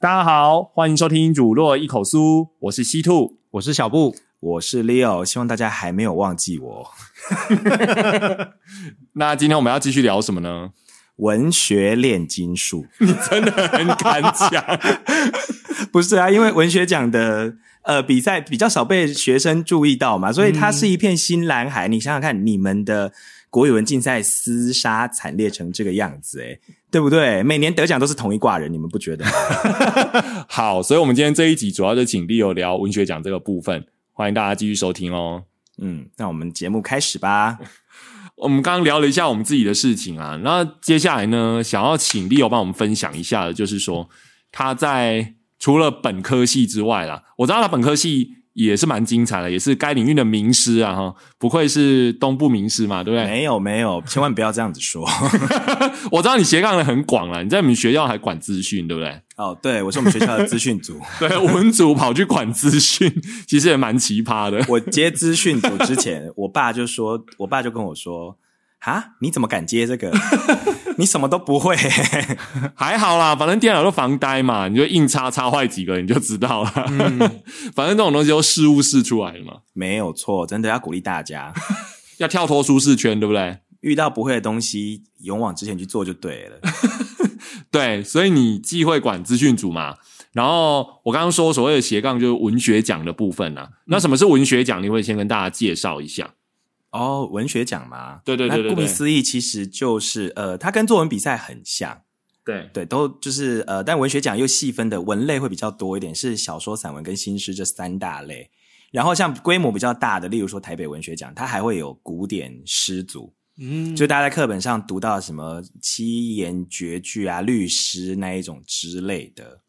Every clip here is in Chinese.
大家好，欢迎收听《乳酪一口酥》，我是西兔。我是小布，我是 Leo，希望大家还没有忘记我。那今天我们要继续聊什么呢？ 文学炼金术 真的很敢讲， 不是啊，因为文学奖的呃比赛比较少被学生注意到嘛，所以它是一片新蓝海。你想想看，你们的国语文竞赛厮杀惨烈成这个样子、诶对不对？每年得奖都是同一挂人，你们不觉得吗？ 好，所以我们今天这一集主要就请 Leo 聊文学奖这个部分，欢迎大家继续收听哦。嗯，那我们节目开始吧。我们刚刚聊了一下我们自己的事情啊，那接下来呢，想要请 Leo 帮我们分享一下的，就是说他在除了本科系之外啦，我知道他本科系也是蛮精彩的，也是该领域的名师啊，哈，不愧是东部名师嘛，对不对？没有没有，千万不要这样子说。 我知道你斜杠的很广啦，你在你们学校还管资讯，对不对？哦，对，我是我们学校的资讯组。对，文组跑去管资讯， 其实也蛮奇葩的。我接资讯组之前，我爸就说，我爸就跟我说：“啊，你怎么敢接这个？ 你什么都不会、还好啦，反正电脑都防呆嘛，你就硬插插坏几个你就知道了。 反正这种东西都事物试出来的嘛，没有错，真的要鼓励大家，要跳脱舒适圈，对不对？遇到不会的东西，勇往直前去做就对了。对，所以你既会管资讯组嘛，然后我刚刚说所谓的斜杠就是文学奖的部分啦、那什么是文学奖？你会先跟大家介绍一下。哦，文学奖嘛，对对对对对那顾名思义，其实就是呃，它跟作文比赛很像，对，对，都就是呃，但文学奖又细分的文类会比较多一点，是小说、散文跟新诗这三大类。然后像规模比较大的，例如说台北文学奖，它还会有古典诗组，嗯，就大家在课本上读到什么七言绝句啊、律诗那一种之类的。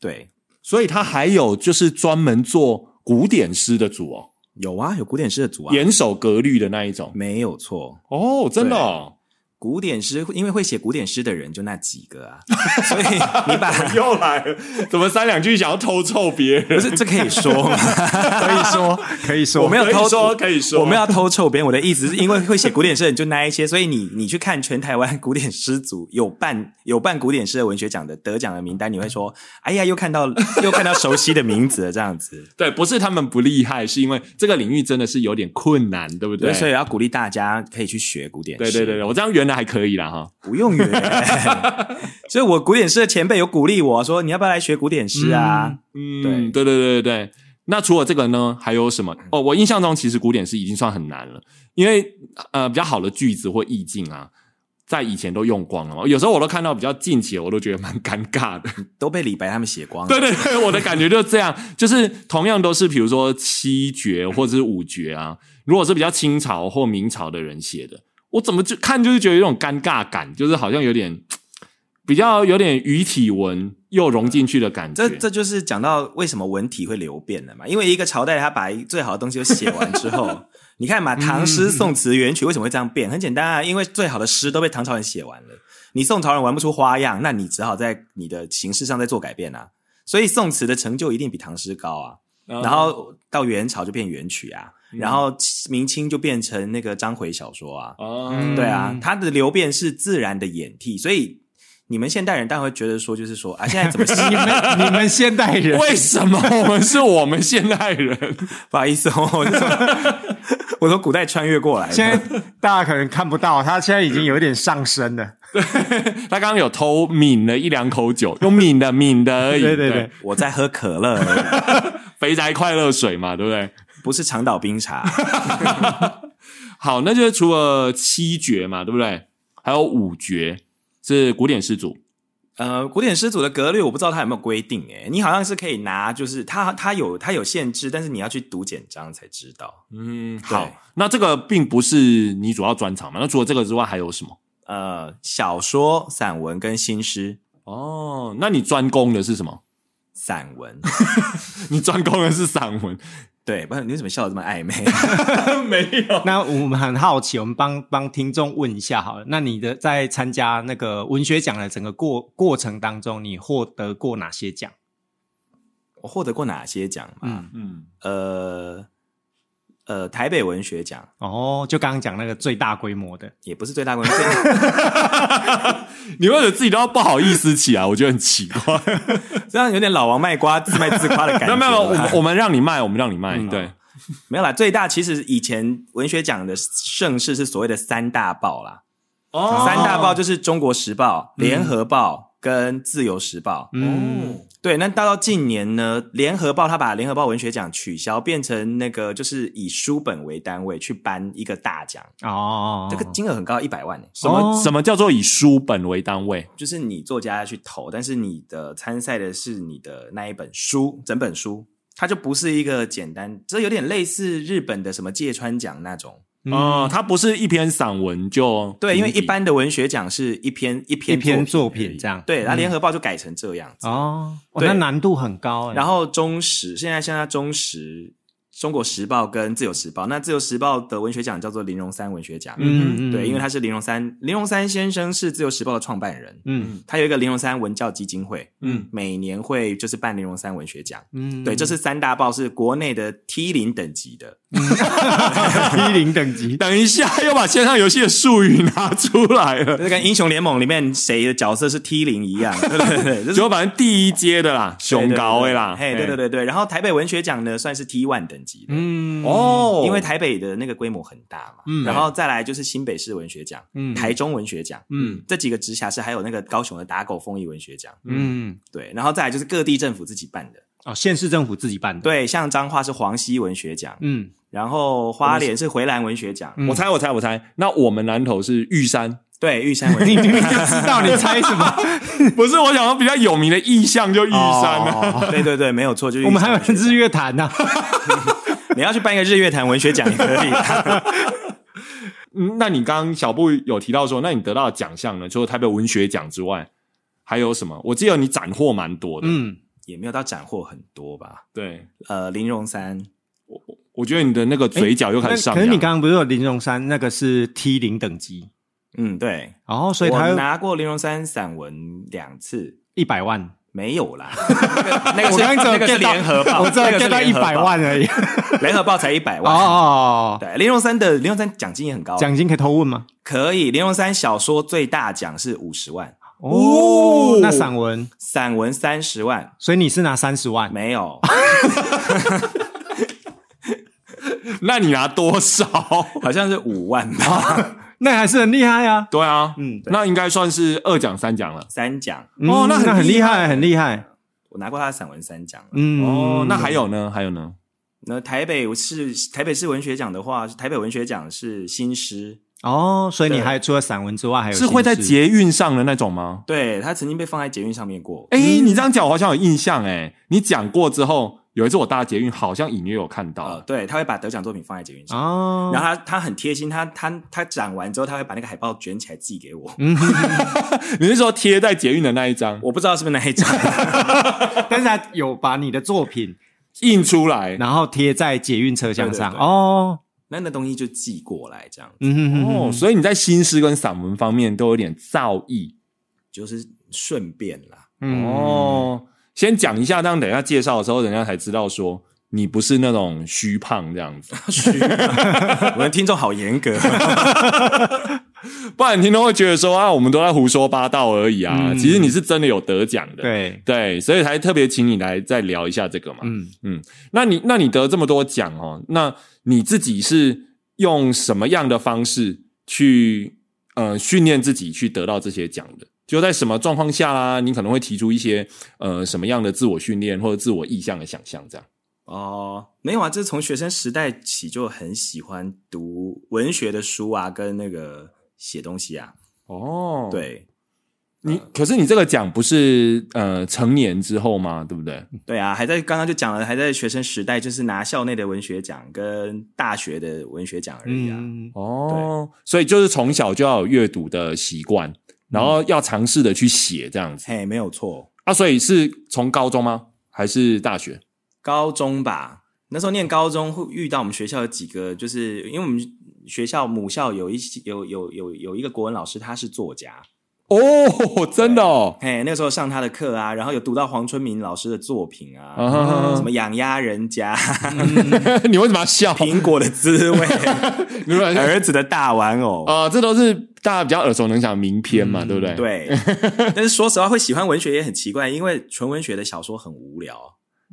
对，所以他还有就是专门做古典诗的组哦，有啊，有古典诗的组啊，严守格律的那一种。没有错。哦，真的、哦，古典诗，因为会写古典诗的人就那几个啊，所以你把 又来了，怎么三两句想要偷臭别人？ 不是这可以说吗？可以说，可以说，我没有可偷以说可以说我没有要偷臭别人。我的意思是因为会写古典诗的人就那一些，所以你你去看全台湾古典诗组有办有办古典诗的文学奖的得奖的名单，你会说，哎呀，又看到 又看到熟悉的名字了，这样子。对，不是他们不厉害，是因为这个领域真的是有点困难，对不对？所以要鼓励大家可以去学古典对诗。对对对，我这样圆的还可以啦哈。不用 学。所以我古典诗的前辈有鼓励我说，你要不要来学古典诗啊？嗯，对对对对对。那除了这个呢，还有什么？哦，我印象中其实古典诗已经算很难了，因为呃比较好的句子或意境啊，在以前都用光了嘛。有时候我都看到比较近期的，我都觉得蛮尴尬的。都被李白他们写光了。 对对对，我的感觉就是这样，就是同样都是比如说七绝或者是五绝啊，如果是比较清朝或明朝的人写的，我怎么就看就是觉得有一种尴尬感，就是好像有点比较有点语体文又融进去的感觉。这这就是讲到为什么文体会流变了嘛，因为一个朝代他把最好的东西都写完之后，你看嘛，唐诗、宋词、元曲为什么会这样变？很简单啊，因为最好的诗都被唐朝人写完了，你宋朝人玩不出花样，那你只好在你的形式上再做改变啊。所以宋词的成就一定比唐诗高啊，嗯然后到元朝就变元曲啊，然后明清就变成那个章回小说啊，哦嗯对啊，它的流变是自然的演替，所以。你们现代人当然会觉得说，就是说啊，现在怎么你西们 你们现代人，为什么我们是我们现代人？不好意思哦， 我是从我从古代穿越过来的。现在大家可能看不到，他现在已经有点上升了。他刚刚有偷抿了一两口酒，用抿的抿的而已。对对对，我在喝可乐而已， 肥宅快乐水嘛，对不对？不是长岛冰茶。好，那就是除了七绝嘛，对不对？还有五绝是古典诗组，呃，古典诗组的格律我不知道它有没有规定、欸，诶，你好像是可以拿，就是它它有它有限制，但是你要去读简章才知道。嗯，对好，那这个并不是你主要专长嘛？那除了这个之外还有什么？呃，小说、散文跟新诗，哦，那你专攻的是什么？ 散文。 你专攻的是散文？对，不然你为什么笑的这么暧昧？ 没有，那我们很好奇，我们帮帮听众问一下好了。那你的在参加那个文学奖的整个过过程当中，你获得过哪些奖？我获得过哪些奖嘛？嗯，呃呃，台北文学奖哦，就刚刚讲那个最大规模的，也不是最 大关键，你为了自己都要不好意思起来，我觉得很奇 怪。这样有点老王卖瓜自卖自夸的感没觉有啦。没有，我们我们让你卖，我们让你卖。嗯对，没有啦，最大其实以前文学奖的盛世是所谓的三大报啦，哦三大报就是《中国时报》联合报》跟《自由时报》。哦嗯，对，那到到近年呢，联合报它把联合报文学奖取消，变成那个就是以书本为单位去颁一个大奖，哦，这个金额很高，一百万、欸，什么哦什么叫做以书本为单位？就是你作家去投，但是你的参赛的是你的那一本书，整本书，它就不是一个简单，这有点类似日本的什么芥川奖那种。哦，它不是一篇散文就嗯对，因为评一比般的文学奖是一篇一篇一篇作作品这样，嗯品，对，然后联合报就改成这样子。哦，哦对那难度很高哎，然后中时现在现在中时《中国时报》跟《自由时报》，那《自由时报》的文学奖叫做林荣三文学奖，嗯，嗯对，因为他是林荣三，林荣三先生是《自由时报》的创办人，嗯他有一个林荣三文教基金会，嗯每年会就是办林荣三文学奖。嗯，对，这是三大报，是国内的 T 零等级的。嗯 T 零等级，等一下又把线上游戏的术语拿出来了， 这跟英雄联盟里面谁的角色是 T 零一 样，对对对，就是就反正第一阶的啦，熊高的啦，嘿，对对对对。然后台北文学奖呢，算是 T one 等级的，嗯，哦，因为台北的那个规模很大嘛。嗯然后再来就是新北市文学奖、嗯台中文学奖，嗯这几个直辖市，还有那个高雄的打狗风艺文学奖，嗯，对。然后再来就是各地政府自己办的，哦，县市政府自己办的，，对，像彰化是黄溪文学奖，嗯， 然后花莲是回蓝文学奖，我猜我猜我猜，那我们南投是玉山，对，玉山文学你奖。明明就知道，你猜什么？ 不是我想说比较有名的意象就玉山啊，哦对对对，没有错，就是玉我们还有山文学人奖日月潭呢，你要去办一个日月潭文学奖也可以、 嗯，那你刚刚小布有提到说，那你得到的奖项呢？除了台北文学奖之外，还有什么？我记得你斩获蛮多的。嗯，也没有到斩获很多吧。对，呃，林荣三，我觉得你的那个嘴角又开那始上可扬。是你刚刚不是有林荣山那个是 T 零等级，嗯，对，哦，所以我他拿过林荣三散文两次，一百万，没 有啦。那个我是刚刚只有那个是 get 到联合报，我只有那个是 get 到一联合报百，万 而已，联合报才一百哦万。哦，哦对，林荣三的林荣三奖金也很高，奖金可以偷问吗？可以。林荣三小说最大奖是五十万，哦哦，那散文，散文三十万，所以你是拿三十万，没有。 那你拿多少？ 好像是五万哦吧，那还是很厉害啊。对啊，嗯对那应该算是二奖三奖了。三奖，哦嗯那很很厉厉害害，很厉害。我拿过他的散文三奖了。嗯，哦，那还有呢？还有呢？那台北市台北市文学奖的话，台北文学奖是新诗，哦，所以你对还除了散文之外，还有是会在新诗捷运上的那种吗？对他曾经被放在捷运上面过。哎、嗯你这样讲我好像有印象哎、你讲过之后，有一次我搭捷运，好像隐约有看到。呃，嗯对，他会把得奖作品放在捷运上，哦，然后他他很贴心，他他他展完之后，他会把那个海报卷起来寄给我，你是说贴在捷运的那一张我不知道是不是那一张，但是他有把你的作品，印出来？然后贴在捷运车厢上对对对哦，那那东西就寄过来这样，嗯哼哼哼哦，所以你在新诗跟散文方面都有点造诣、就是顺便 啦。嗯，哦。先讲一下，让等一下介绍的时候，人家才知道说你不是那种虚胖这样子， 我们听众好严格，不然听众会觉得说啊，我们都在胡说八道而已啊。嗯其实你是真的有得奖的，对，对，所以才特别请你来再聊一下这个嘛。嗯，那你那你得这么多奖哦，那你自己是用什么样的方式去呃训练自己去得到这些奖的？就在什么状况下啦，你可能会提出一些呃什么样的自我训练或者自我意向的想象，这样。哦，没有啊，这是从学生时代起就很喜欢读文学的书啊，跟那个写东西啊。哦，对你可是你这个奖不是呃成年之后吗？对不对？对啊，还在刚刚就讲了，还在学生时代就是拿校内的文学奖跟大学的文学奖而已啊。嗯，哦，所以就是从小就要有阅读的习惯，然后要尝试的去写这样子嘿，没有错，啊。所以是从高中吗？还是大学？高中吧，那时候念高中会遇到我们学校有几个，就是因为我们学校母校有一些有有有有一个国文老师，他是作家，哦，真的哦， 哎，那个时候上他的课啊，然后有读到黄春明老师的作品啊，啊哈哈哈什么养鸭人家、 你为什么要笑？苹果的滋 味、你为什么要笑儿子的大玩偶，啊、这都是大家比较耳熟能详的名篇嘛，对不对？，嗯对。但是说实话，会喜欢文学也很奇怪，因为纯文学的小说很无聊。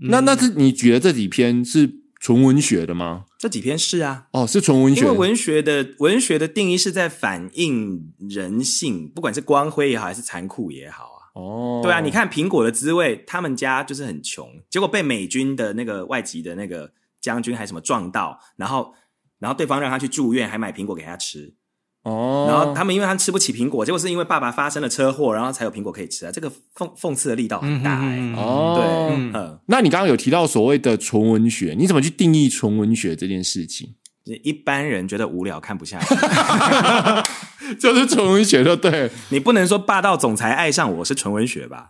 嗯那那是你举的这几篇是纯文学的吗？这几篇是啊，哦，是纯文因学为。文学的文学的定义是在反映人性，不管是光辉也好，还是残酷也好啊。哦，对啊，你看《苹果的滋味》，他们家就是很穷，结果被美军的那个外籍的那个将军还什么撞到，然后然后对方让他去住院，还买苹果给他吃。哦，然后他们因为他们吃不起苹果，结果是因为爸爸发生了车祸，然后才有苹果可以吃啊。这个讽讽刺的力道很大哎、嗯嗯嗯嗯哦，对，嗯嗯，那你刚刚有提到所谓的纯文学，你怎么去定义纯文学这件事情？ 一般人觉得无聊看不下去， 就是纯文学就对了。你不能说霸道总裁爱上我是纯文学吧？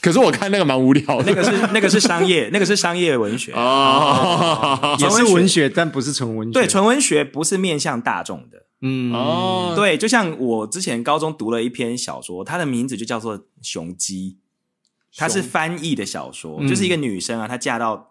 可是我看那个蛮无聊的 那个是那个是商业，那个是商业文学。哦也纯是文学文学，但不是纯文学。对，纯文学不是面向大众的。嗯，哦， 对，就像我之前高中读了一篇小说，它的名字就叫做《雄鸡》，它是翻译的小说，嗯就是一个女生啊，她嫁到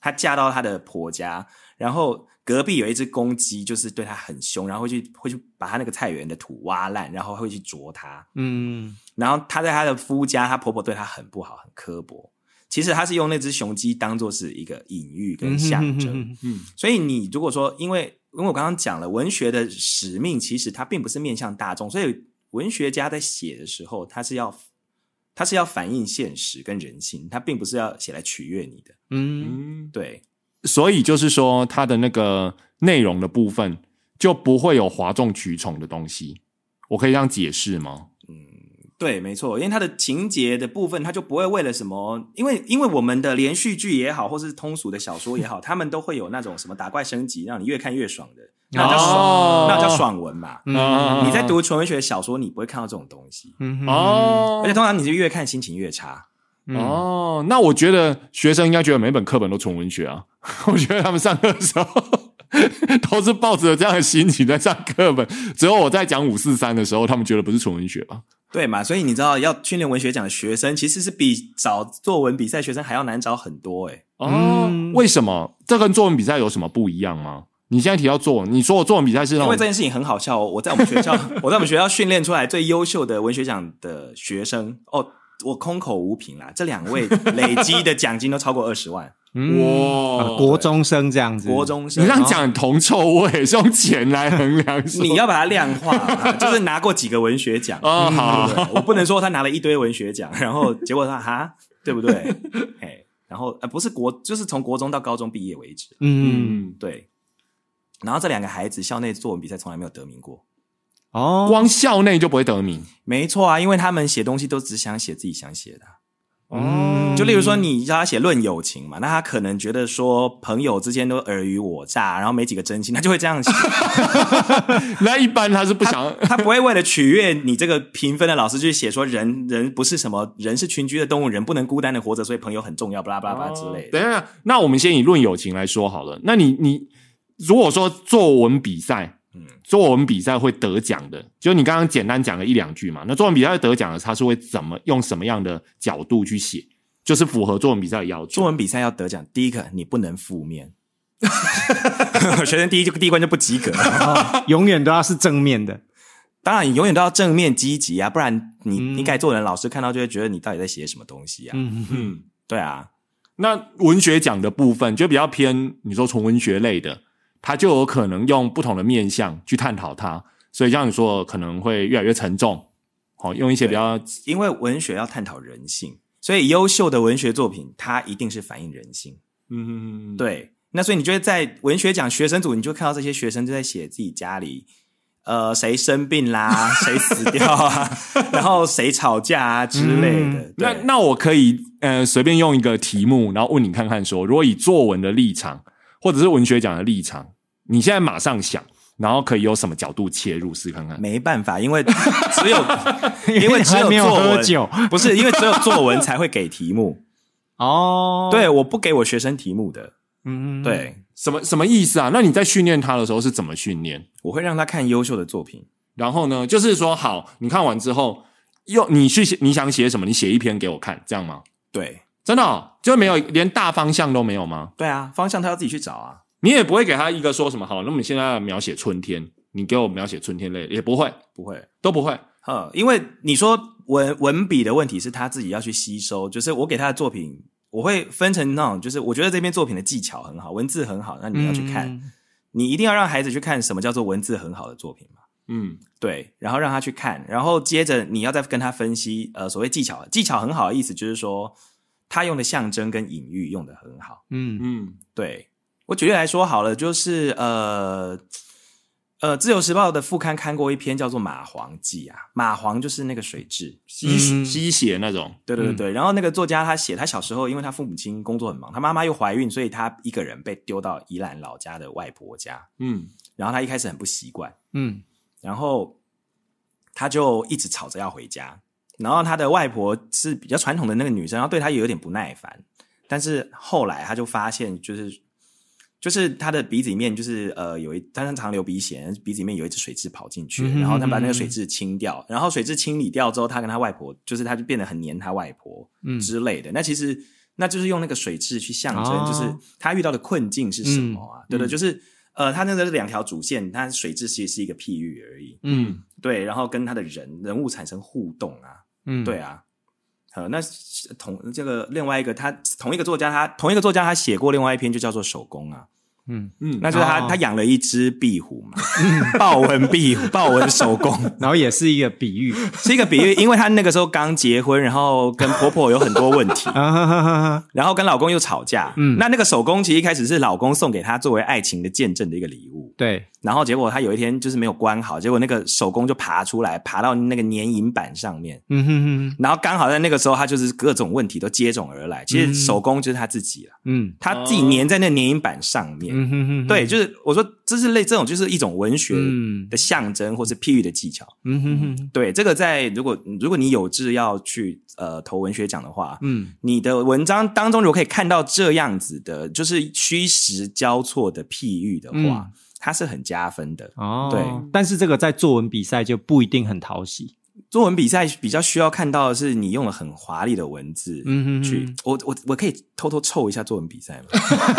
她嫁到她的婆家，然后隔壁有一只公鸡，就是对她很凶，然后会去会去把她那个菜园的土挖烂，然后会去啄她。嗯，然后她在她的夫家，她婆婆对她很不好，很刻薄。其实她是用那只雄鸡当做是一个隐喻跟象征。嗯所以你如果说，因为因为我刚刚讲了，文学的使命其实它并不是面向大众，所以文学家在写的时候，他是要他是要反映现实跟人性，他并不是要写来取悦你的。嗯，嗯，对，所以就是说，它的那个内容的部分就不会有哗众取宠的东西。我可以这样解释吗？对，没错，因为它的情节的部分，它就不会为了什么，因为因为我们的连续剧也好，或是通俗的小说也好，他们都会有那种什么打怪升级，让你越看越爽的，那叫爽，哦那叫爽文嘛。嗯啊你在读纯文学的小说，你不会看到这种东西，嗯，哦而且通常你是越看心情越差。哦，嗯哦，那我觉得学生应该觉得每本课本都纯文学啊。 我觉得他们上课的时候都是抱着这样的心情在上课本，只有我在讲五四三的时候，他们觉得不是纯文学吧？对嘛？所以你知道，要训练文学奖的学生，其实是比找作文比赛学生还要难找很多欸诶、哦，嗯为什么？这跟作文比赛有什么不一样吗？你现在提到作文，你说我作文比赛是那因为这种件事情很好笑哦。我在我们学校，我在我们学校训练出来最优秀的文学奖的学生哦，我空口无凭啦。这两位累积的奖金都超过二十 万，啊哇国中生这样子，国中嗯生。哦你让讲铜臭味是用钱来衡量说，你要把它量化嘛，就是拿过几个文学奖。 哦好对不对我不能说他拿了一堆文学奖，然后结果他哈，对不对？ 哎，然后呃，不是国，就是从国中到高中毕业为止。嗯，嗯，对。然后这两个孩子校内作文比赛从来没有得名过。哦，光校内就不会得 名没错啊，因为他们写东西都只想写自己想写的啊。嗯就例如说，你叫他写论友情嘛，那他可能觉得说朋友之间都尔虞我诈，然后没几个真心，他就会这样写。那一般他是不想他不会为了取悦你这个评分的老师去写说人人不是什么人是群居的动物，人不能孤单的活着，所以朋友很重要，巴拉巴拉巴拉之类哦的。等一下，那我们先以论友情来说好了。那你你如果说作文比赛，嗯作文比赛会得奖的，就你刚刚简单讲了一两句嘛。那作文比赛会得奖的，他是会怎么用什么样的角度去写，就是符合作文比赛的要作求。文比赛要得奖，第一个你不能负面， 学生第一就第一关就不及格。永远都要是正面的，当然，你永远都要正面积极啊，不然你、嗯你改作文老师看到就会觉得你到底在写什么东西啊？嗯嗯，对啊，那文学奖的部分就比较偏你说纯文学类的，它就有可能用不同的面向去探讨它，所以像你说的可能会越来越沉重。好、用一些比较因为文学要探讨人性，所以优秀的文学作品它一定是反映人性。嗯，对，那所以你就会在文学奖学生组，你就会看到这些学生就在写自己家里。呃，谁生病 啦，谁死掉啊，然后谁吵架啊之类的。嗯对那那我可以呃随便用一个题目，然后问你看看说，如果以作文的立场或者是文学奖的立场，你现在马上想，然后可以有什么角度切入试看看？没办法，因为只有因为你只还有没有作喝文，酒不是因为只有作文才会给题目。 哦，对，我不给我学生题目的，嗯，对什么什么意思啊？那你在训练他的时候是怎么训练？我会让他看优秀的作品，然后呢，就是说好，你看完之后，又你去写你想写什么，你写一篇给我看，这样吗？对真的、哦、就没有连大方向都没有吗？对啊，方向他要自己去找啊。你也不会给他一个说什么好，那么你现在要描写春天，你给我描写春天类也不会，不会，都不会。呃，因为你说文文笔的问题是他自己要去吸收，就是我给他的作品，我会分成那种，就是我觉得这篇作品的技巧很好，文字很好，那你要去看，嗯你一定要让孩子去看什么叫做文字很好的作品嘛。嗯，对，然后让他去看，然后接着你要再跟他分析，呃，所谓技巧，技巧很好的意思就是说，他用的象征跟隐喻用的很好。嗯嗯对我举例来说好了，就是呃呃，《自由时报》的副刊看过一篇叫做《蚂蟥记》啊，蚂蟥就是那个水蛭，吸嗯吸血那种， 对对对对。然后那个作家他写，他小时候因为他父母亲工作很忙，他妈妈又怀孕，所以他一个人被丢到宜兰老家的外婆家，嗯然后他一开始很不习惯，嗯然后他就一直吵着要回家。然后他的外婆是比较传统的那个女生，然后对他也有点不耐烦。但是后来他就发现，就是就是他的鼻子里面就是呃有一，他常常流鼻血，鼻子里面有一只水蛭跑进去嗯，哼然后他把那个水蛭清掉，然后水蛭清理掉之后，他跟他外婆就是他就变得很黏他外婆嗯之类的。那其实那就是用那个水蛭去象征，哦就是他遇到的困境是什么啊？对对，嗯就是呃，他那个两条主线，他水蛭其实是一个譬喻而已。嗯对，然后跟他的人人物产生互动啊，嗯，对啊，呃，那是同这个另外一个他同一个作家他，同一个作家他写过另外一篇就叫做《手工》啊，嗯，嗯，那就是他、哦嗯他养了一只壁虎嘛， 豹纹壁虎，豹纹手工 然后也是一个比喻，是一个比喻，因为他那个时候刚结婚，然后跟婆婆有很多问题啊哈哈哈哈，然后跟老公又吵架，嗯那那个手工其实一开始是老公送给她作为爱情的见证的一个礼物，对，然后结果他有一天就是没有关好，结果那个手工就爬出来，爬到那个粘蝇板上面。嗯哼哼哼，然后刚好在那个时候，他就是各种问题都接踵而来。其实手工就是他自己了，嗯他自己粘在那粘蝇板上面。嗯哼哼哼，对，就是我说这是类这种就是一种文学嗯的象征或是譬喻的技巧。嗯哼哼，对，这个在如果如果你有志要去呃投文学奖的话，嗯你的文章当中如果可以看到这样子的，就是虚实交错的譬喻的嗯话，它是很加分的。哦，对，但是这个在作文比赛就不一定很讨喜，作文比赛比较需要看到的是你用了很华丽的文字，嗯哼哼去我我我可以偷偷凑一下作文 比赛吗？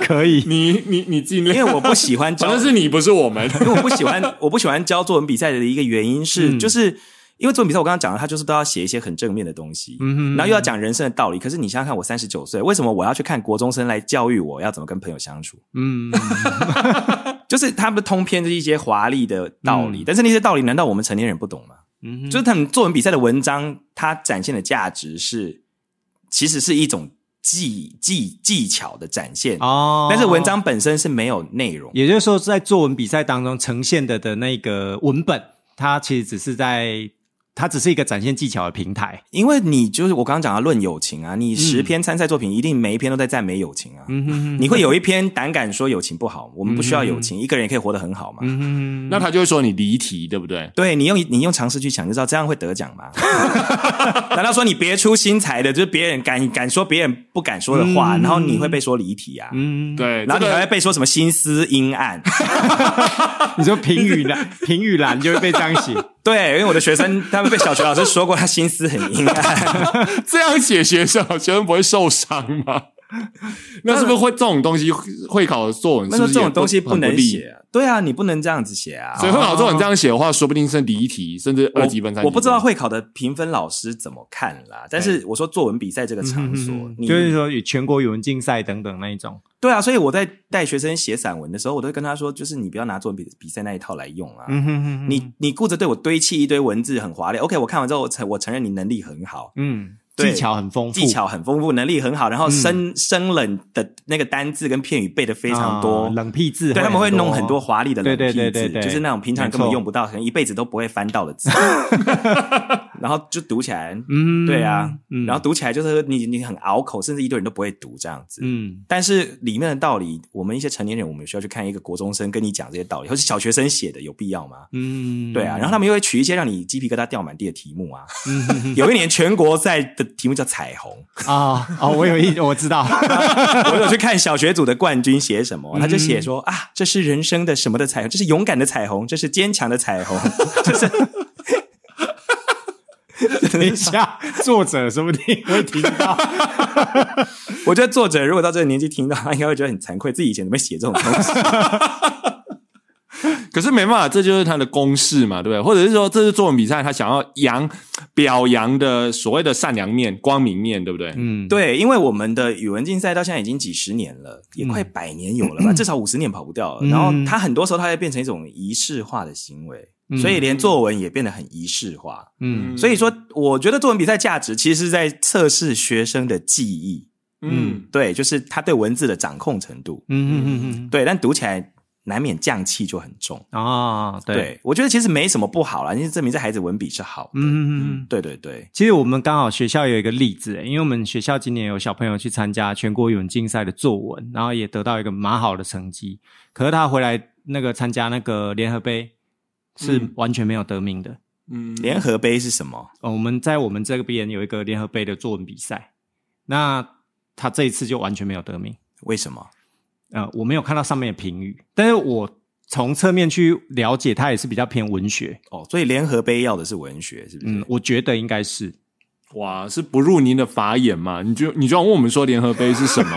可以，你你你尽因量，为我不喜欢 反教正，是你不是我们， 因为我不喜欢我不喜欢教作文比赛的一个原因是，嗯就是因为作文比赛我刚刚讲了，他就是都要写一些很正面的东西，嗯哼哼然后又要讲人生的道理。可是你想想看，我三十九岁，为什么我要去看国中生来教育我要怎么跟朋友相处？嗯，就是他们通篇是一些华丽的道理，嗯但是那些道理难道我们成年人不懂吗？嗯 就是他们作文比赛的文章，它展现的价值是，其实是一种技技技巧的展现，哦，但是文章本身是没有内容。也就是说，在作文比赛当中呈现的的那个文本，它其实只是在它只是一个展现技巧的平台。因为你就是我刚刚讲的论友情啊，你十篇参赛作品一定每一篇都在赞美友情啊，嗯哼哼，你会有一篇胆敢说友情不好，我们不需要友情，一个人也可以活得很好嘛。嗯哼那他就会说你离题，对不对？对你用你用常识去想就知道这样会得奖吗？ 难道说你别出心裁的，就是别人敢敢说别人不敢说的话，嗯然后你会被说离题啊？嗯，对，然后这你个还会被说什么心思阴暗？你说评语栏 评语栏就会被这样写，对，因为我的学生他们被小学老师说过，他心思很阴暗。 这样写学生，学生不会受伤 吗？那是不是会这种东西会考的作文？他是说不是这也种东西很不不能利写啊，对啊，你不能这样子写啊。所以会考作文这样写的话，说不定是离题，甚至二级分、三级分我不知道会考的评分老师怎么看啦。但是我说作文比赛这个场所，嗯你就是说有全国语文竞赛等等那一种。对啊，所以我在带学生写散文的时候，我都会跟他说，就是你不要拿作文比比赛那一套来用啊。嗯哼哼哼，你你顾着对我堆砌一堆文字很华丽，OK，我看完之后，我承我承认你能力很好，嗯，对技巧很丰富，嗯技巧很丰富，能力很好，然后生、生冷的那个单字跟片语背的非常多，啊冷僻字，对他们会弄很多。华丽的冷僻字，对对对对对就是那种平常根没本错 用不到，可能一辈子都不会翻到的字。然后就读起来，嗯，对啊，嗯然后读起来就是你你很拗口，甚至一堆人都不会读这样子。嗯，但是里面的道理，我们一些成年人，我们需要去看一个国中生跟你讲这些道理，或是小学生写的，有必要吗？嗯，对啊，然后他们又会取一些让你鸡皮疙瘩掉满地的题目啊。嗯哼哼 有一年全国赛的题目叫彩虹， 啊哦，我有一我知道， 我有去看小学组的冠军写什么，他就写说嗯啊，这是人生的什么的彩虹，这是勇敢的彩虹，这是坚强的彩虹， 等一下，作者说不定会听到。 我觉得作者如果到这个年纪听到，他应该会觉得很惭愧，自己以前怎么会写这种 东西？可是没办法，这就是他的公式嘛，对不对？或者是说，这是作文比赛他想要扬表扬的所谓的善良面、光明面，对不对？嗯，对，因为我们的语文竞赛到现在已经几十年了，也快百年有了吧，至少五十年跑不掉了。嗯然后它很多时候它会变成一种仪式化的行为，嗯所以连作文也变得很仪式化。嗯所以说，我觉得作文比赛价值其实是在测试学生的记忆，嗯，对，就是他对文字的掌控程度，嗯嗯嗯对，但读起来难免匠气就很重。嗯啊，对对，我觉得其实没什么不好啦，因为证明这孩子文笔是好的。嗯嗯嗯。对对对，其实我们刚好学校有一个例子，因为我们学校今年有小朋友去参加全国语文竞赛的作文，然后也得到一个蛮好的成绩。可是他回来那个参加那个联合杯是嗯完全没有得名的。嗯，联合杯是什么？呃我们在我们这边有一个联合杯的作文比赛，那他这一次就完全没有得名。为什么？呃，我没有看到上面的评语，但是我从侧面去了解，它也是比较偏文学。哦，所以联合杯要的是文学，是不是？嗯，我觉得应该是哇，是不入您的法眼嘛？你就你就要问我们说联合杯是什 么？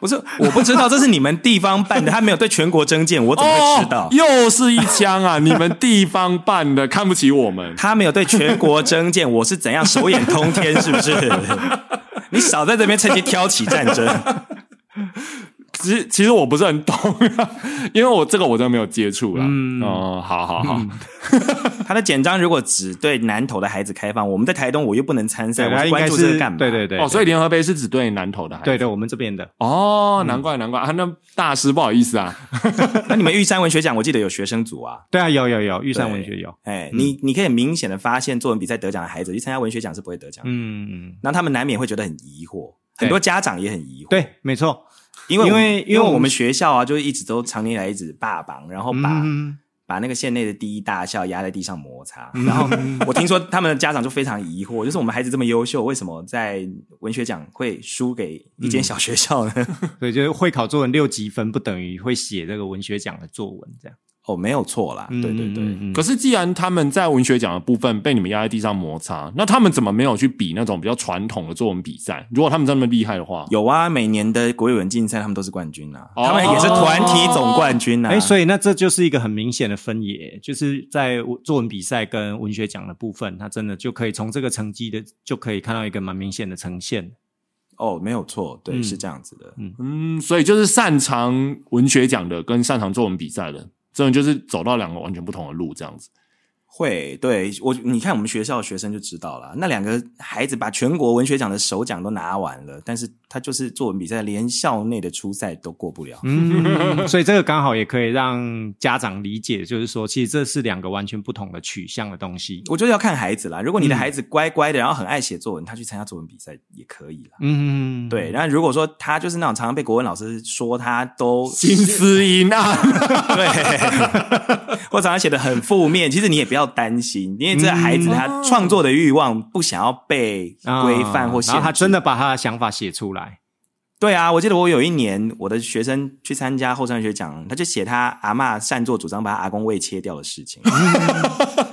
不是，我不知道，这是你们地方办的，他没有对全国征件，我怎么哦会知道？哦又是一枪啊！你们地方办的，看不起我们。他没有对全国征件，我是怎样手眼通天，是不 是？你少在这边趁机挑起战争。其实其实我不是很懂、啊 因为我这个我真的没有接触啦。哦，好好好，他的简章如果只对南投的孩子开放，我们在台东我又不能参赛，对，我它是应该关注这个干嘛？对对对，哦，所以以联合杯是只对南投的孩子。对对，我们这边的哦，难怪难怪啊！那大师不好意思啊， 那你们玉山文学奖，我记得有学生组啊。对啊，有有有，玉山文学有，哎、你你可以明显的发现，作文比赛得奖的孩子去参加文学奖是不会得奖的，嗯，然后他们难免会觉得很疑惑，对很多家长也很疑惑。，对，没错，因为因我为们因为因为我我们们学校啊，就是一直都常年来一直霸榜，然后把、嗯把那个县内的第一大校压在地上摩擦。然后我听说他们的家长就非常疑惑，就是我们孩子这么优秀，为什么在文学奖会输给一嗯间小学校呢？所以就是会考作文六级分不等于会写这个文学奖的作文这样。哦，没有错啦，对对对。嗯嗯嗯可是既然他们在文学奖的部分被你们压在地上摩擦，那他们怎么没有去比那种比较传统的作文比赛？如果他们这么厉害的话，有啊，每年的国语文竞赛他们都是冠军啊，哦他们也是团体总冠军啊。哎、所以那这就是一个很明显的分野，就是在我作文比赛跟文学奖的部分，它真的就可以从这个成绩的就可以看到一个蛮明显的呈现。哦，没有错，对，嗯是这样子的。嗯，所以就是擅长文学奖的跟擅长作文比赛的，真的就是走到两个完全不同的路这样子。会，对我，你看我们学校的学生就知道了，那两个孩子把全国文学奖的首奖都拿完了，但是他就是作文比赛连校内的初赛都过不了。嗯， 所以这个刚好也可以让家长理解，就是说，其实这是两个完全不同的取向的东西。我觉得要看孩子啦，如果嗯你的孩子乖乖的，然后很爱写作文，他去参加作文比赛也可以啦。嗯，对，，然后如果说他就是那种常常被国文老师说他都金丝银啊，对， 或常常写的很负面，其实你也不要担心，因为这孩子他创作的欲望不想要被规范或哦啊限然后他制真的把他的想法写出来。对啊，我记得我有一年，我的学生去参加后山学奖，他就写他阿嬷擅作主张把他阿公胃切掉的事 情，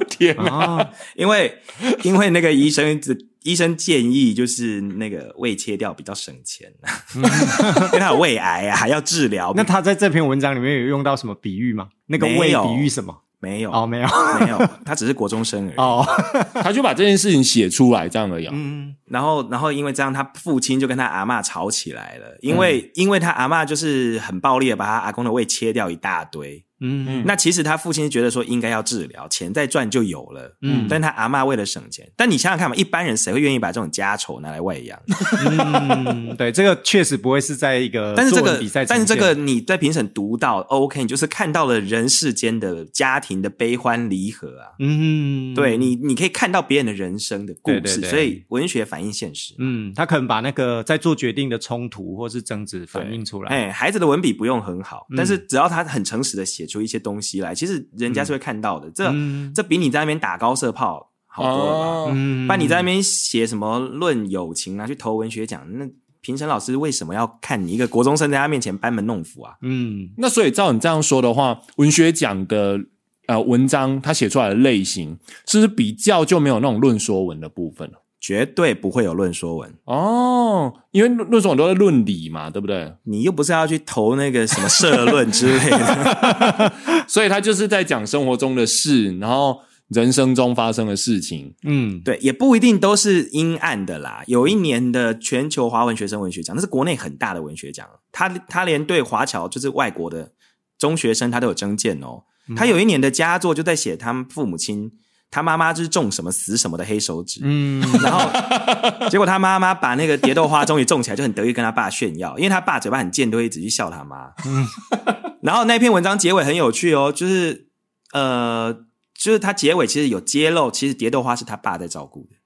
天啊！哦，因为因为那个医生医生建议就是那个胃切掉比较省钱， 因为他有胃癌啊，还要治疗。嗯那他在这篇文章里面有用到什么比喻吗？那个没未有比喻什么？没有、哦，没有。没有，他只是国中生而已。哦， 他就把这件事情写出来，这样而已啊、嗯，然后，然后因为这样，他父亲就跟他阿嬷嗯吵起来了，因为、因为他阿嬷就是很暴力的把他阿公的胃切掉一大堆，嗯那其实他父亲觉得说应该要治疗，钱再赚就有了。嗯，但他阿嬷为了省钱，但你想想看嘛，一般人谁会愿意把这种家丑拿来 外扬？嗯，对，这个确实不会是在一个但是这作个文比赛，呈但是现，这个你在评审读到 OK，你就是看到了人世间的家庭的悲欢离合啊。嗯，对你，你可以看到别人的人生的故事，对对对所以文学反映现实。嗯，他可能把那个在做决定的冲突或是争执反映出来。嗯哎，孩子的文笔不用很好，但是只要他很诚实的写出一些东西来，其实人家是会看到的。这、嗯这比你在那边打高射炮好多了吧？哦嗯不然你在那边写什么论友情啊，去投文学奖，那评审老师为什么要看你一个国中生在他面前班门弄斧啊？嗯那所以照你这样说的话，文学奖的呃文章，它写出来的类型，是不是比较就没有那种论说文的部分了？绝对不会有论说文，哦，因为论论说文都在论理嘛，对不对？ 你又不是要去投那个什么社论之类的。所以他就是在讲生活中的事，然后人生中发生的事情。嗯对，也不一定都是阴暗的啦。有一年的全球华文学生文学奖，那是国内很大的文学奖，他他连对华侨，就是外国的中学生，他都有征件哦。他有一年的佳作就在写他们父母亲，他妈妈就是种什么死什么的黑手指，嗯然后结果他妈妈把那个蝶豆花终于种起来，就很得意跟他爸炫耀，因为他爸嘴巴很贱，都会一直去笑他妈。然后那篇文章结尾很有趣哦，就是呃，就是他结尾其实有揭露，其实蝶豆花是他爸在照顾的。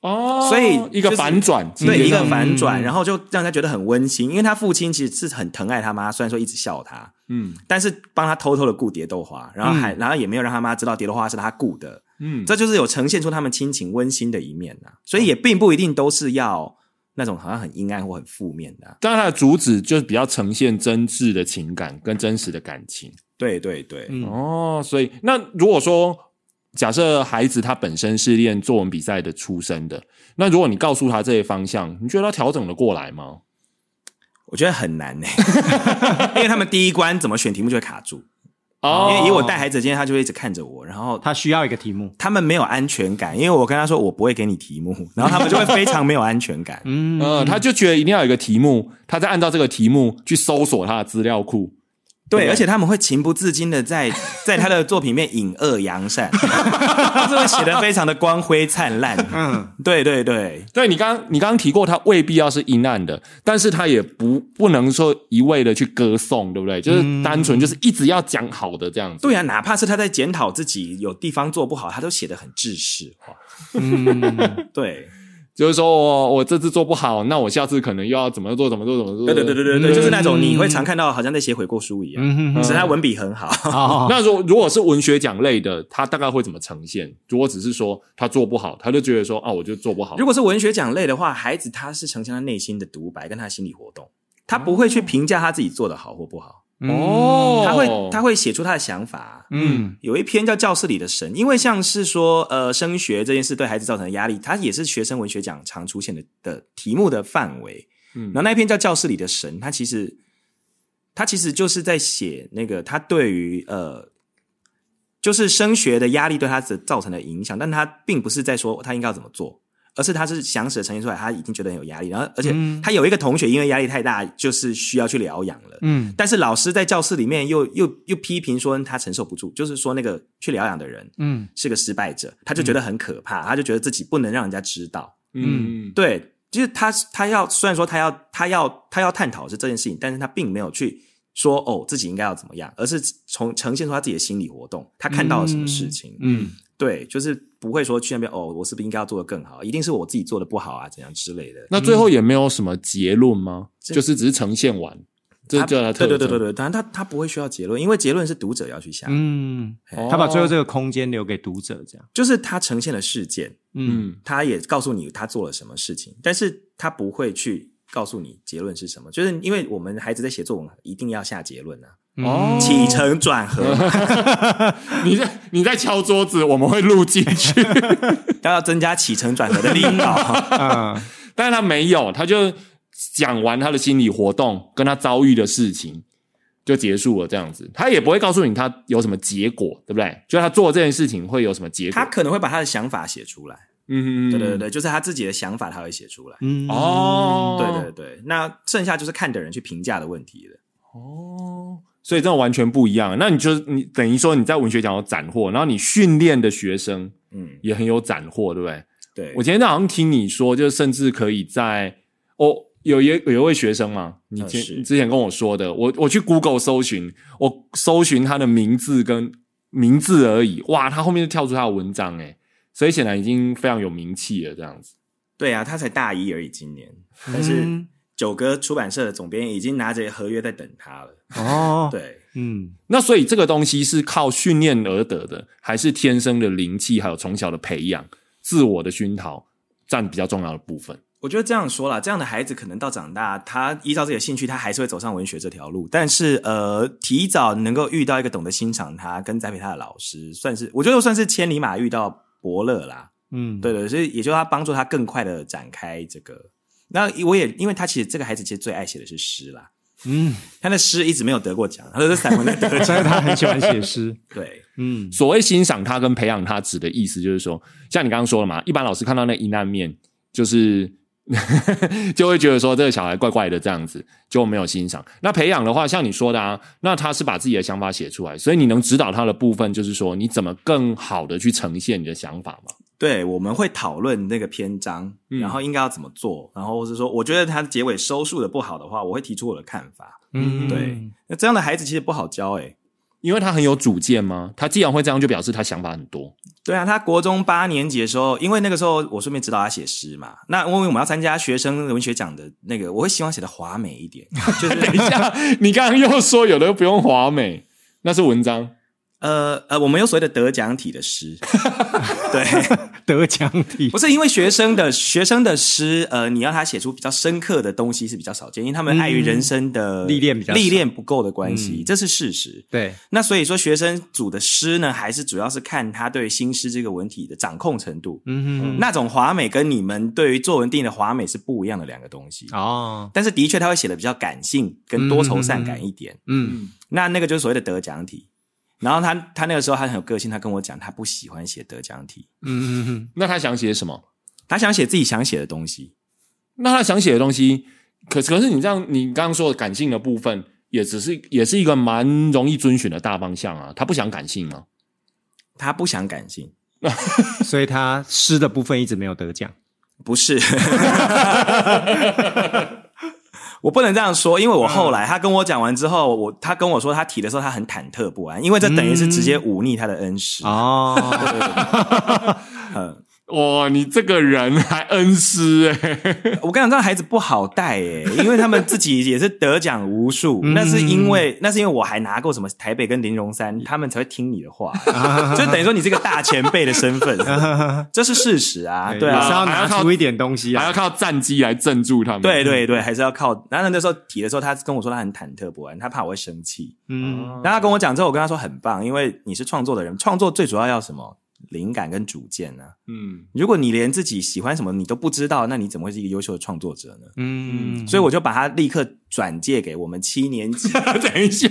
哦，所以一个反转，对嗯一个反转，嗯然后就让他觉得很温馨，因为他父亲其实是很疼爱他妈，虽然说一直笑他，嗯但是帮他偷偷的雇蝶豆花，然后还、然后也没有让他妈知道蝶豆花是他雇的，嗯，这就是有呈现出他们亲情温馨的一面呐、所嗯以也并不一定都是要那种好像很阴暗或很负面的啊、当然它的主旨就是比较呈现真挚的情感跟真实的感情。对对对，嗯哦，所以那如果说假设孩子他本身是练作文比赛的出身的，那如果你告诉他这些方向，你觉得他调整的过来吗？我觉得很难呢、 因为他们第一关怎么选题目就会卡住，因哦为以我带孩子的经验，他就会一直看着我，然后他需要一个题目。他们没有安全感，因为我跟他说我不会给你题目，然后他们就会非常没有安全感。嗯呃，他就觉得一定要有一个题目，他再按照这个题目去搜索他的资料库。对，而且他们会情不自禁的在在他的作品里面引恶扬善， 就是会写的非常的光辉灿烂。嗯对对对，对你刚你刚刚提过，他未必要是阴暗的，但是他也不不能说一味的去歌颂，对不对？就是单纯就是一直要讲好的这样子。对啊，哪怕是他在检讨自己有地方做不好，他都写的很 制式化。嗯对，就是说我我这次做不好，那我下次可能又要怎么做怎么做怎么做。对对对对对嗯对，就是那种你会常看到好像在写悔过书一样，嗯，只是他文笔很好。 好，那如果如果是文学奖类的，他大概会怎么呈现？如果只是说他做不好，他就觉得说啊，我就做不好。如果是文学奖类的话，孩子他是呈现他内心的独白跟他心理活动，他不会去哦评价他自己做的好或不好，哦，他会他会写出他的想法。啊嗯有一篇叫《教室里的神》，因为像是说，呃，升学这件事对孩子造成的压力，它也是学生文学奖常出现的的题目的范围。嗯然后那一篇叫《教室里的神》，它其实它其实就是在写那个他对于呃，就是升学的压力对他的造成的影响，但他并不是在说他应该要怎么做，而是他是详实的呈现出来，他已经觉得很有压力，然后而且嗯他有一个同学因为压力太大，就是需要去疗养了。嗯但是老师在教室里面又又又批评说他承受不住，就是说那个去疗养的人嗯是个失败者，他就觉得很可怕，他就觉得自己不能让人家知道。嗯对，就是他他要虽然说他要他要他要探讨是这件事情，但是他并没有去说哦自己应该要怎么样，而是从呈现出他自己的心理活动，他看到了什么事情。嗯对，就是不会说去那边哦，我是不是应该要做的更好？一定是我自己做的不好啊，怎样之类的。那最后也没有什么结论吗？这就是只是呈现完，这他叫他对特对对征对对，当然他他不会需要结论，因为结论是读者要去想，嗯，他把最后这个空间留给读者，这样。就是他呈现了事件，嗯嗯他也告诉你他做了什么事情，但是他不会去告诉你结论是什么，就是因为我们孩子在写作文一定要下结论啊，嗯哦，起承 转合，你在你在敲桌子，我们会录进 去，要要增加起承转合的力 道。啊，但是他没有，他就讲完他的心理活动跟他遭遇的事情就结束了，这样子，他也不会告诉你他有什么结果，对不对？就他做这件事情会有什么结果他？可能会把他的想法写出来，嗯，对对对，就是他自己的想法他会写出来。 嗯，哦，对对对，那剩下就是看的人去评价的问题了。哦，所以真的完全不一样。那你就你等于说你在文学奖有斩获，然后你训练的学生嗯，也很有斩获，对不对？对，我今天好像听你说，就是甚至可以在哦，有一有一位学生嘛，你嗯是之之前跟我说的，我我去 Google 搜寻，我搜寻他的名字跟名字而已，哇，他后面就跳出他的文章诶，所以显然已经非常有名气了，这样子。对啊，他才大一而已，今年，但是嗯九哥出版社的总编已经拿着合约在等他了。哦，，对，嗯，那所以这个东西是靠训练而得的，还是天生的灵气，还有从小的培养、自我的熏陶占比较重要的部分？我觉得这样说啦，这样的孩子可能到长大，他依照自己的兴趣，他还是会走上文学这条路。但是，呃，提早能够遇到一个懂得欣赏他跟栽培他的老师，算是我觉得算是千里马遇到伯乐啦。嗯，对对，所以也就是他帮助他更快的展开这个。那我也因为他其实这个孩子其实最爱写的是诗啦，嗯， 他的诗一直没有得过奖，他都是散文在得所以奖。 他很喜欢写诗，对，嗯，所谓欣赏他跟培养他，指的意思就是说，像你刚刚说了嘛，一般老师看到那阴暗面，就是 就会觉得说这个小孩怪怪的这样子，就没有欣赏。那培养的话，像你说的啊，那他是把自己的想法写出来，所以你能指导他的部分，就是说你怎么更好的去呈现你的想法嘛。对，我们会讨论那个篇章，嗯然后应该要怎么做，然后或是说，我觉得他结尾收束的不好的话，我会提出我的看法。嗯，对，那这样的孩子其实不好教诶、欸因为他很有主见嘛，他既然会这样，就表示他想法很多。对啊，他国中八年级的时候，因为那个时候我顺便指导他写诗嘛，那因为我们要参加学生文学奖的那个，我会希望写的华美一点， 就是等一下， 你刚刚又说有的又不用华美，那是文章。呃呃，我们有所谓的得奖体 的诗，对，得奖体不，是因为学生的学生的诗，呃，你要他写出比较深刻的东西是比较少见，因为他们碍于人生的嗯历练比较少嗯历练不够的关系，这是事实。对，那所以说，学生组的诗呢，还是主要是看他对新诗这个文体的掌控程度。嗯那种华美跟你们对于作文定义的华美是不一样的两个东西。哼，哦，但是的确，他会写的比较感性，跟多愁善感一点。嗯，那那个就是所谓的得奖体。然后他他那个时候他很有个性，他跟我讲他不喜欢写得奖体，嗯嗯嗯，那他想写什么？他想写自己想写的东西。那他想写的东西，可可是你这样，你刚刚说的感性的部分，也只是也是一个蛮容易遵循的大方向啊。他不想感性吗？他不想感性，嗯所以他诗的部分一直没有得奖，不是。 我不能这样说，因为我后嗯来他跟我讲完之后，我他跟我说他提的时候他很忐忑不安，因为这等于嗯是直接忤逆他的恩师。哦，嗯，哇，你这个人还恩师哎、我跟你讲，这样孩子不好带诶、因为他们自己也是得奖无数，那是因为那是因为我还拿过什么台北跟林荣山，他们才会听你的话，就等于说你是个大前辈的身份，这是事实啊，对也啊是，还要要拿靠出一点东西 还要啊，靠战机来镇住他们。对对对，还是要靠。然后那时候提的时候，他跟我说他很忐忑不安，他怕我会生气。嗯，然后他跟我讲之后，我跟他说很棒，因为你是创作的人，创作最主要要什么？灵感跟主见呢、啊？嗯， 如果你连自己喜欢什么你都不知道，那你怎么会是一个优秀的创作者呢？嗯，所以我就把他立刻转借给我们七年级。 等一下，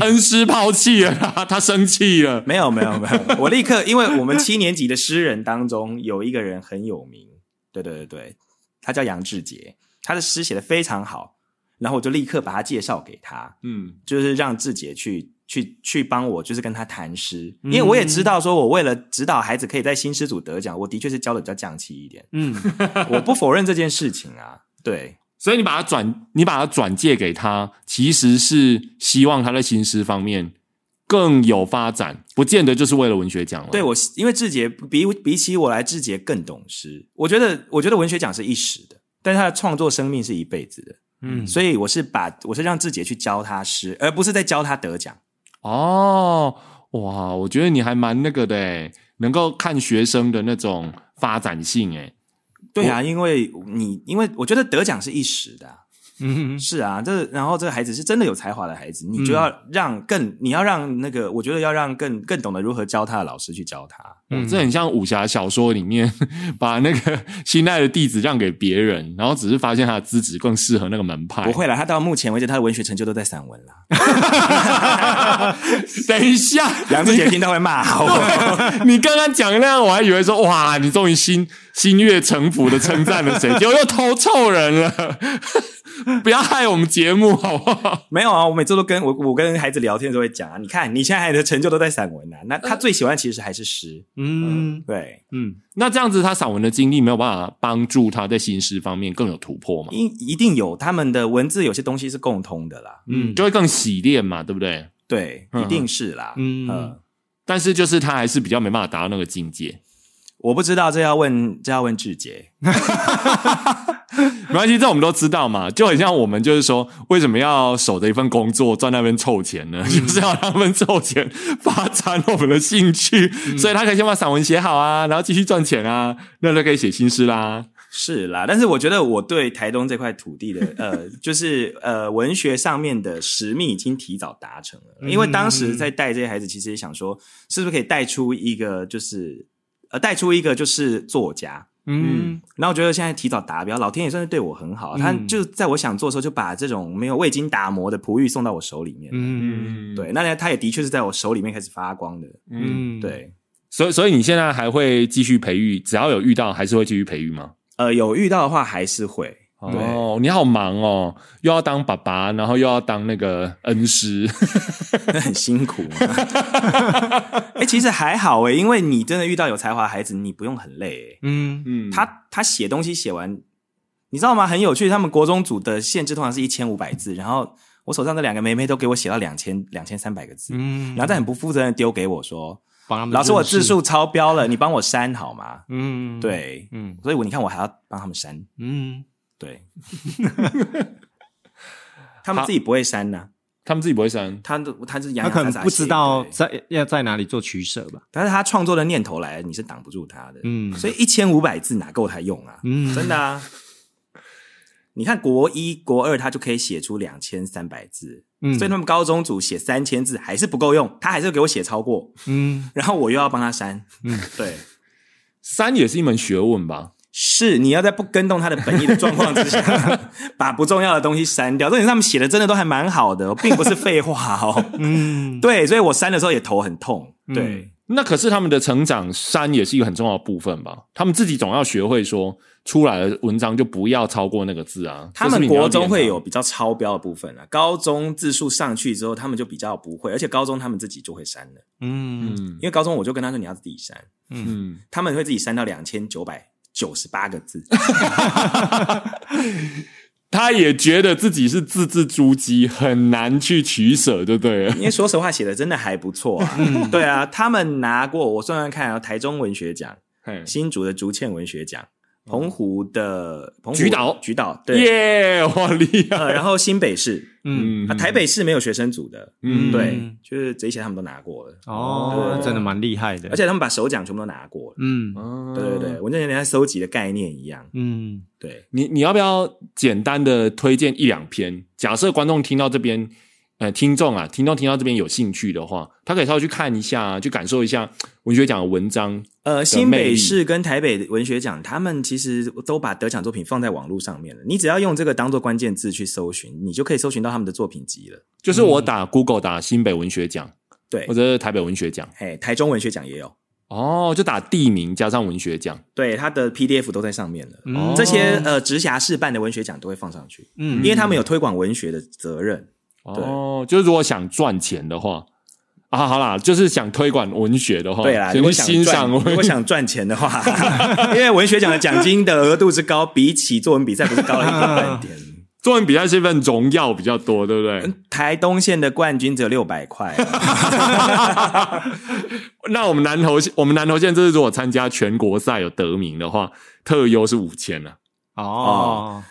恩师抛弃了他，他生气了。没有没有没有，我立刻，因为我们七年级的诗人当中有一个人很有名，对对对对，他叫杨志杰，他的诗写的非常好，然后我就立刻把他介绍给他。嗯，就是让志杰去去去帮我，就是跟他谈诗，因为我也知道说，我为了指导孩子可以在新诗组得奖，我的确是教的比较降气一点，嗯，我不否认这件事情啊。对，所以你把他转，你把他转借给他，其实是希望他在新诗方面更有发展，不见得就是为了文学奖了。对我因为志杰比比起我来，志杰更懂诗。我觉得，我觉得文学奖是一时的，但是他的创作生命是一辈子的。嗯所以我是把我是让志杰去教他诗，而不是在教他得奖。哦，哇，我觉得你还蛮那个的诶，能够看学生的那种发展性欸诶。对啊，因为你因为我觉得得奖是一时的啊、嗯，是啊，这然后这个孩子是真的有才华的孩子，你就要让更、你要让那个，我觉得要让更更懂得如何教他的老师去教他。嗯，这很像武侠小说里面把那个心爱的弟子让给别人，然后只是发现他的资质更适合那个门派。不，会啦，他到目前为止他的文学成就都在散文啦。等一下，梁志杰听到会骂 我。 你刚刚讲那样，我还以为说哇，你终于心心悦诚服的称赞了谁，结果又偷臭人了。 不要害我们节目好不好？没有啊，我每次都跟我我跟孩子聊天的时候会讲啊，你看你现在的成就都在散文啊，那他最喜欢其实还是诗，嗯对，嗯，那这样子，他散文的经历没有办法帮助他在新诗方面更有突破嘛？一一定有他们的文字有些东西是共通的啦，嗯，就会更洗练嘛，对不对？对，嗯一定是啦，嗯嗯。但是就是他还是比较没办法达到那个境界。我不知道，这要问这要问志杰。 没关系，这我们都知道嘛，就很像我们就是说，为什么要守着一份工作在那边凑钱呢？就是要让他们凑钱发展我们的兴趣，所以他可以先把散文写好啊，然后继续赚钱啊，那就可以写新诗啦。是啦，但是我觉得我对台东这块土地的 呃，就是呃文学上面的使命已经提早达成了，因为当时在带这些孩子，其实也想说，是不是可以带出一个就是呃带出一个就是作家。嗯然后我觉得现在提早达标，老天也算是对我很好，他嗯就在我想做的时候，就把这种没有未经打磨的璞玉送到我手里面。嗯对，那他也的确是在我手里面开始发光的。嗯，嗯，，对，所以所以你现在还会继续培育，只要有遇到还是会继续培育吗？呃，有遇到的话还是会。对，哦，你好忙哦，又要当爸爸，然后又要当那个恩师，那很辛苦嘛。 哎、其实还好哎、因为你真的遇到有才华的孩子，你不用很累、嗯嗯，哎，他他写东西写完，你知道吗？很有趣，他们国中组的限制通常是一千五百字，然后我手上这两个妹妹都给我写到两千两千三百个字，嗯，然后再很不负责任地丢给我说帮他：“们老师，润我字饰，数超标了，你帮我删好吗嗯，？”，对，嗯所以我你看我还要帮他们删，嗯， 对。他们自己不会删呐、 他们自己不会删，他都他是洋他洋可洒洒能不写知一道堆在要在哪里做取舍吧，但是他创作的念头来，你是挡不住他的。嗯所以一千五百字哪够他用啊？嗯真的啊。你看国一、国二，他就可以写出两千三百字，嗯，所以他们高中组写三千字还是不够用，他还是给我写超过，嗯然后我又要帮他删。嗯，对，删也是一门学问吧？是你要在不跟动他的本意的状况之下，把不重要的东西删掉。重点是他们写的真的都还蛮好的，哦并不是废话哦。嗯，对，所以我删的时候也头很痛。嗯对，那可是他们的成长，删也是一个很重要的部分吧？他们自己总要学会说，出来的文章就不要超过那个字啊。他这是们你要国中会练的有比较超标的部分啊，高中字数上去之后，他们就比较不会，而且高中他们自己就会删了。嗯嗯因为高中我就跟他说你要自己删，嗯，他们会自己删到两千九百九十八个字。他也觉得自己是字字珠玑，很难去取舍，对不对了？因为说实话，写的真的还不错啊。对啊，他们拿过我算算看啊，台中文学奖、嘿新竹的竹堑文学奖、澎湖的澎湖菊岛菊岛 对，耶，哇，厉害！呃，然后新北市嗯，嗯啊，台北市没有学生组的，嗯对，就是这些他们都拿过了，哦，那真的蛮厉害的，而且他们把首奖全部都拿过了。嗯嗯对对对，。文正有点像收集的概念一样。嗯对，你你要不要简单的推荐一两篇？假设观众听到这边，呃，听众啊，听众听到这边有兴趣的话，他可以稍微去看一下，去感受一下文学奖的文章。呃，新魅力北市跟台北文学奖，他们其实都把得奖作品放在网络上面了。你只要用这个当做关键字去搜寻，你就可以搜寻到他们的作品集了。就是我嗯打 Google 打新北文学奖，对或，者是台北文学奖，哎，台中文学奖也有，哦，就打地名加上文学奖，对，它的 PDF 都在上面了。嗯这些呃直辖市办的文学奖都会放上去，嗯因为他们有推广文学的责任。哦，就是如果想赚钱的话，啊，好啦，就是想推广文学哦的话，对啦，先如果去想欣赚，赏如文果想赚钱 的话，因为文学奖的奖金的额度之高，比起作文比赛不是高了一个半 点。作文比赛是一份荣耀比较多，对不对？台东县的冠军只有六百块、那我们南投县，我们南投县这次如果参加全国赛有得名的话，特优是五千啊！ 哦，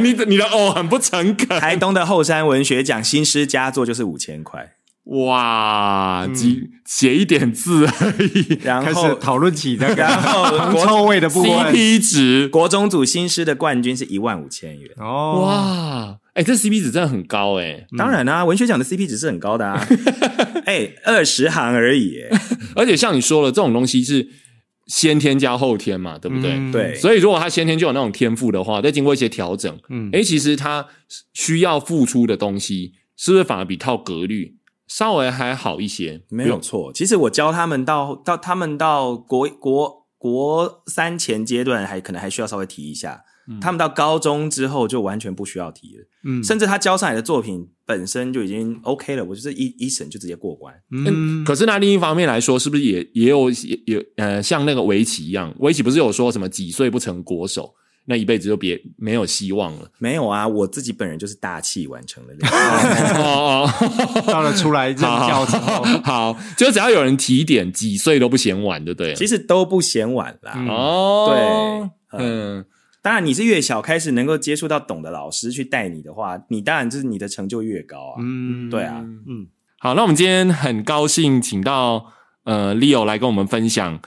你的你的哦很不诚恳，台东的后山文学奖新诗佳作就是五千块，哇，嗯几写一点字而 已然开后始讨论起那个然后铜 国臭味的部分， ，CP 值国中组新诗的冠军是一万五千元。哦，哇，哎、这 CP 值真的很高哎、嗯当然啦、文学奖的 CP 值是很高的 啊，哎，二十行而已、哎而且像你说了，这种东西是先天加后天嘛，对不对？嗯对所以如果他先天就有那种天赋的话，再经过一些调整，嗯嗯，诶，其实他需要付出的东西，是不是反而比套格律稍微还好一些？没有错。其实我教他们到到他们到国国国三前阶段还可能还需要稍微提一下，他们到高中之后就完全不需要题了，嗯甚至他交上来的作品本身就已经 OK 了，我就是一一审就直接过关。嗯，嗯，可是那另一方面来说，是不是也也有也也呃，像那个围棋一样，围棋不是有说什么几岁不成国手，那一辈子就别没有希望 了？没有啊，我自己本人就是大器完成了。哦哦，到了出来任教之后， 好，就只要有人提点，几岁都不嫌晚，对不对了？ 其实都不嫌晚啦。嗯哦，对嗯，当然，你是越小开始能够接触到懂的老师去带你的话，你当然就是你的成就越高啊。嗯，对啊，嗯，好，那我们今天很高兴请到呃 Leo 来跟我们分享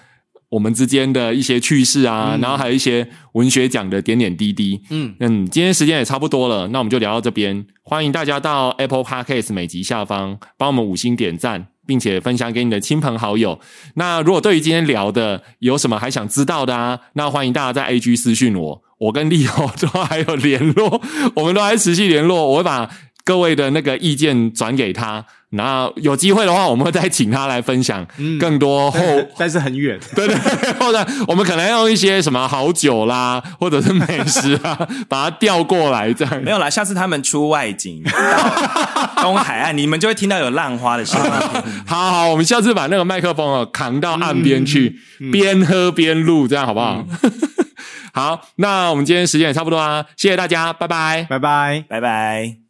我们之间的一些趣事啊，嗯然后还有一些文学奖的点点滴滴。嗯，嗯，今天时间也差不多了，那我们就聊到这边。欢迎大家到 Apple Podcast 每集下方帮我们五星点赞，并且分享给你的亲朋好友。那如果对于今天聊的有什么还想知道的啊，那欢迎大家在 AG 私讯我，我跟利友都还有联络， 我们都还持续联络，我会把各位的那个意见转给他。然后有机会的话，我们会再请他来分享嗯更多 后但是很远，对对，对或者我们可能要用一些什么好酒啦，或者是美食啊，把它调过来这样 没。有啦，下次他们出外景到东海岸，你们就会听到有浪花的声音。好好，我们下次把那个麦克风哦扛到岸边去，边喝边录，这样好不好？ 啊好，那我们今天时间也差不多啦，谢谢大家，拜拜。拜拜。拜拜。